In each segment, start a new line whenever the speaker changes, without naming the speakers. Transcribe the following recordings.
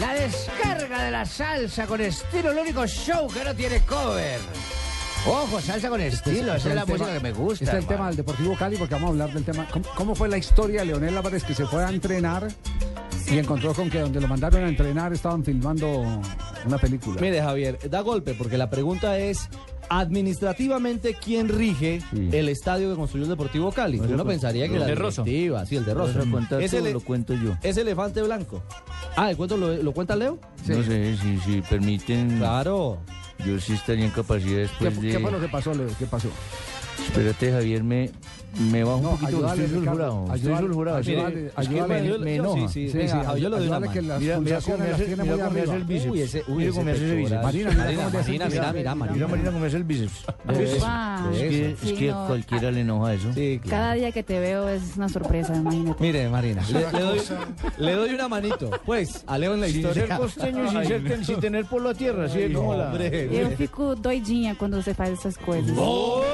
La descarga de la salsa con estilo, el único show que no tiene cover. Ojo, salsa con
Este
estilo, esa es la
el tema-
música que me gusta.
Está el
hermano.
tema del Deportivo Cali, porque vamos a hablar del tema. ¿Cómo, cómo fue la historia de Leonel Álvarez que se fue a entrenar y encontró con que donde lo mandaron a entrenar estaban filmando una película?
Mire, Javier, da golpe, porque la pregunta es. Administrativamente, ¿quién rige el estadio que construyó el Deportivo Cali? Uno pensaría que la directiva, sí, el de Rosso. Es el,
lo cuento yo.
es elefante blanco. Ah, ¿el cuento lo, lo cuenta Leo?
No sé si, si permiten.
Claro.
Yo sí estaría en capacidad
¿Qué,
después
pues,
de.
eh,
qué fue lo que pasó, Leo? ¿Qué pasó?
Espérate, Javier, me, me bajo
No,
un poquito.
ayúdale,
estoy
Ricardo,
sulfurado. Estoy
ayúdale,
sulfurado. sí.
ayúdale,
Es que
ayúdale,
Pues me-
yo-
me
yo
enoja.
sí, sí.
Sí,
venga,
sí,
Javier, yo le doy una
ayúdale
mano.
que las
Mira, mira cómo me
pulsaciones las
hace,
tiene
mira
muy
cómo me hace el
arriba.
bíceps.
Uy, ese- uy,
mira
ese
cómo me hace ese bíceps.
pectoral.
Marina, mira cómo le hace el
Marina, mira,
bíceps.
mira,
Mira,
Marina.
Marina, cómo me hace el bíceps.
Eso,
Upa.
Es que,
Sí,
es que
no. ah.
cualquiera le enoja eso.
Sí, claro.
Cada día que te veo es una sorpresa, imagínate.
Mire, Marina, le, le doy, le doy una manito. Pues, a Leo en la
Sin ser
historia.
costeño y sin, ser ten- sin tener por la tierra. Así es como la.
Eu fico doidinha quando você faz essas coisas.
Oh.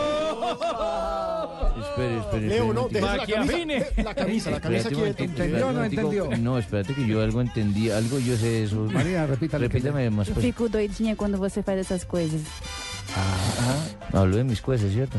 Espere, espere. espere
Leo,
un
no,
momentico.
deje la camisa. La camisa, la
Espérate
camisa
un
quieta.
momentico,
¿Entendió o no
espérate un momentico.
entendió?
No, espérate que yo algo entendí. Algo yo sé de eso.
Marina, repítale. que-
Repítame más.
Eu
pues.
fico doidinha quando você faz essas coisas.
Hablo de mis cosas, ¿cierto?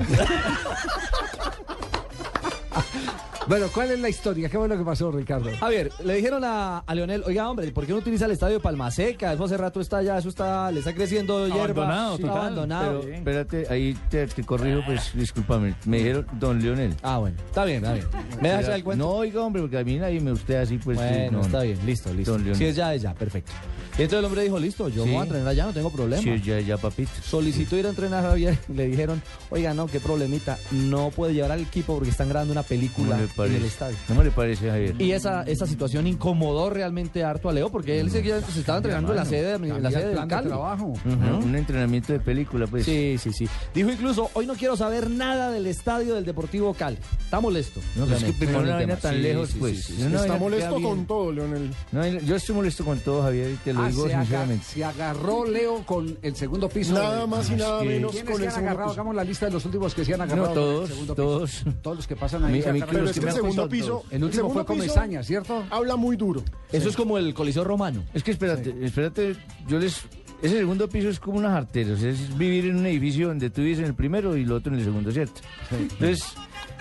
Bueno, ¿cuál es la historia? ¿Qué fue lo que pasó, Ricardo?
Ah,
A ver, le dijeron a, a Leonel, oiga, hombre, ¿por qué no utiliza el estadio de Palmaseca? Eso hace rato está ya, eso está, le está creciendo hierba.
Abandonado,
Sí,
total.
abandonado.
Pero, espérate, ahí te, te corrijo, pues discúlpame. Me dijeron don Leonel.
Ah, bueno, está bien, está bien. ¿Me das el cuento?
No, oiga, hombre, porque a mí nadie me usted así, pues. sí,
Bueno,
no,
está
no.
bien, listo, listo.
Don Leonel.
Si es ya, es ya, perfecto. Y entonces el hombre dijo, listo, yo
Sí.
voy a entrenar allá, no tengo problema.
Sí, ya, ya, papito.
Solicitó ir a entrenar a Javier y le dijeron, oiga, no, qué problemita, no puede llevar al equipo porque están grabando una película
¿Cómo le
en el
parece?
estadio.
¿Cómo le parece, Javier?
Y esa, esa situación incomodó realmente harto a Leo porque él seguía- se estaba entrenando en la sede, de- en la
Cambiar
sede
el
del
plan de
Cali.
trabajo.
Mm,
Ajá, Un entrenamiento de película, pues.
Sí, sí, sí. Dijo incluso, hoy no quiero saber nada del estadio del Deportivo Cali. Está molesto.
No, pues es que
Obviamente.
primero
Con el
una vaina
tema.
tan
Sí,
lejos,
sí,
pues.
sí, sí.
No, no,
Está
no,
molesto
queda bien.
con todo, Leonel.
No, yo estoy molesto con todo, Javier, y te lo
Ah,
digo
se, aga-
sinceramente.
se agarró Leo con el segundo piso.
Nada
de-
más y nada
que-
menos
¿Quiénes
con
se
el
han
segundo
agarrado?
piso.
Hagamos la lista de los últimos que se han agarrado.
No,
con el
todos,
segundo
todos.
piso. Todos los que pasan ahí.
A mí-
se
a mí
agarran
que
Pero
los
los
es
que
que el
me han
segundo
contado.
piso.
El último fue
segundo piso
Comesaña, ¿cierto?
Ah.
Habla muy duro.
Eso es como el Coliseo Romano.
Es que espérate, espérate, yo les... Ese segundo piso es como unas arterias, es vivir en un edificio donde tú vives en el primero y el otro en el segundo, ¿cierto? Entonces,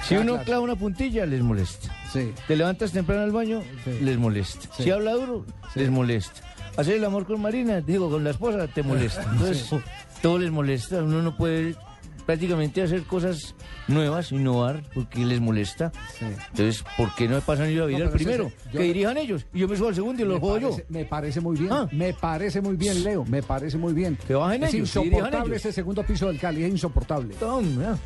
si
Ah,
uno
claro.
clava una puntilla, les molesta.
Sí.
Te levantas temprano al baño, les molesta. Si habla duro, les molesta. Hacer el amor con Marina, digo, con la esposa, te molesta. Entonces, todo les molesta, uno no puede prácticamente hacer cosas nuevas, innovar, porque les molesta.
Sí.
Entonces, ¿por qué no pasan yo a vivir
pero
al
ese-
primero?
yo-
que dirijan ellos, y yo me subo al segundo y lo
Me
juego yo.
parece, me parece muy bien,
Ah.
me parece muy bien, Leo, me parece muy bien.
Que bajen
es
ellos, que dirijan
insoportable
ellos.
ese segundo piso del Cali, es insoportable.
Tom, ya.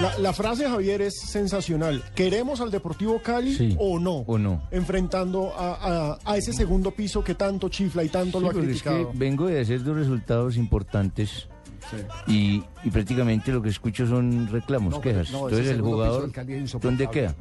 La, la frase, Javier, es sensacional. ¿Queremos al Deportivo Cali
Sí.
o no?
O no.
Enfrentando a, a- a ese segundo piso que tanto chifla y tanto lo ha
Porque es que
criticado.
vengo de hacer dos resultados importantes y, y prácticamente lo que escucho son reclamos,
No,
quejas.
pero no, ese
Entonces el
segundo piso
jugador,
del Cali es insoportable.
¿dónde queda?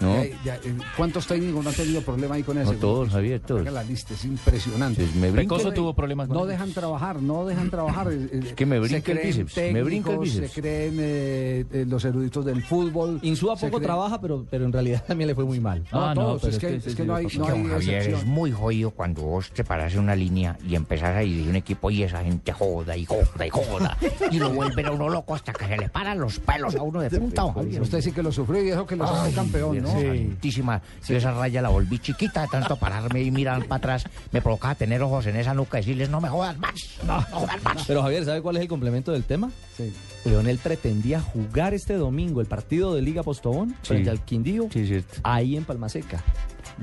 No,
Ya- ya, eh, ¿Cuántos técnicos no han tenido problema ahí con eso?
no todos, Javier, todos.
Haga la lista, es impresionante.
Entonces, me brinca-
Pecoso tuvo problemas con
No
ellos.
dejan trabajar, no dejan trabajar. Eh, Es,
que me brinca el bíceps, me brinca el bíceps.
Se creen eh, eh, los eruditos del fútbol.
Insúa
se
poco
creen-
trabaja, pero, pero en realidad también le fue muy mal.
No,
Ah, no,
todos,
pero
es
es
que,
que
es
ese
que
sí
no
lo
hay,
pasó.
no
Don
hay
Javier, es
excepción.
muy jodido cuando vos te parás en una línea y empezás a dirigir un equipo y esa gente joda y joda y joda. Y lo vuelven a uno loco hasta que se le paran los pelos a uno de punta. don Javier.
Usted sí que lo sufrió y dijo que lo sacó
Ay,
campeón,
Dios
¿no?
santísima. Yo esa raya la volví chiquita de tanto pararme y mirar para atrás. Me provocaba tener ojos en esa nuca y decirles, no me jodas más, no, me jodas más.
Pero Javier, ¿sabe cuál es el complemento del tema?
Sí.
Leonel pretendía jugar este domingo el partido de Liga Postobón frente al Quindío
Sí, es cierto.
ahí en Palmaseca.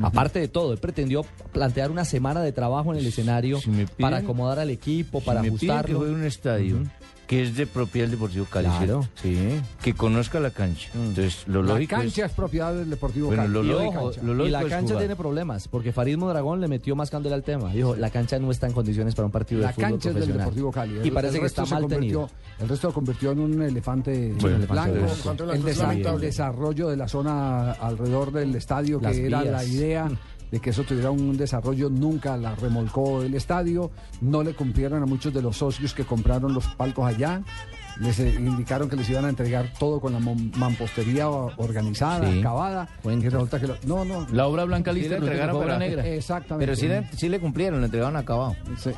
Aparte de todo, él pretendió plantear una semana de trabajo en el escenario
Si me piden-
para acomodar al equipo, para
Si me piden que
ajustarlo.
juegue en un estadio que es de propiedad del Deportivo Cali,
Claro.
¿cierto? sí, que conozca la cancha.
Mm.
Entonces, lo
La
lógico
cancha
es...
es propiedad del Deportivo
Bueno,
Cali.
lo
Y,
lógico-
ojo,
lo
y
lógico
la
es
cancha
jugar.
tiene problemas, porque Farid Mondragón le metió más candela al tema. Dijo, la cancha no está en condiciones para un partido
La
de fútbol
cancha es del
profesional.
Deportivo Cali.
Y
El-
parece
el
que
resto
está mal
se convirtió-
tenido.
El resto lo convirtió en un elefante
Bueno, elefante
blanco.
blanco.
Elefante
El,
blanco, es
desa-
lamentable.
el desarrollo de la zona alrededor del estadio,
Las
que era la
vías.
idea de que eso tuviera un desarrollo, nunca la remolcó el estadio. No le cumplieron a muchos de los socios que compraron los palcos allá. Les eh, indicaron que les iban a entregar todo con la mon- mampostería o- organizada,
Sí.
acabada. Y resulta que lo- no, no.
La obra blanca
Sí,
lista
le
resulta que
entregaron
fue obra
para-
negra.
Exactamente.
Pero sí, le- sí le cumplieron, lo entregaron acabado.
Sí.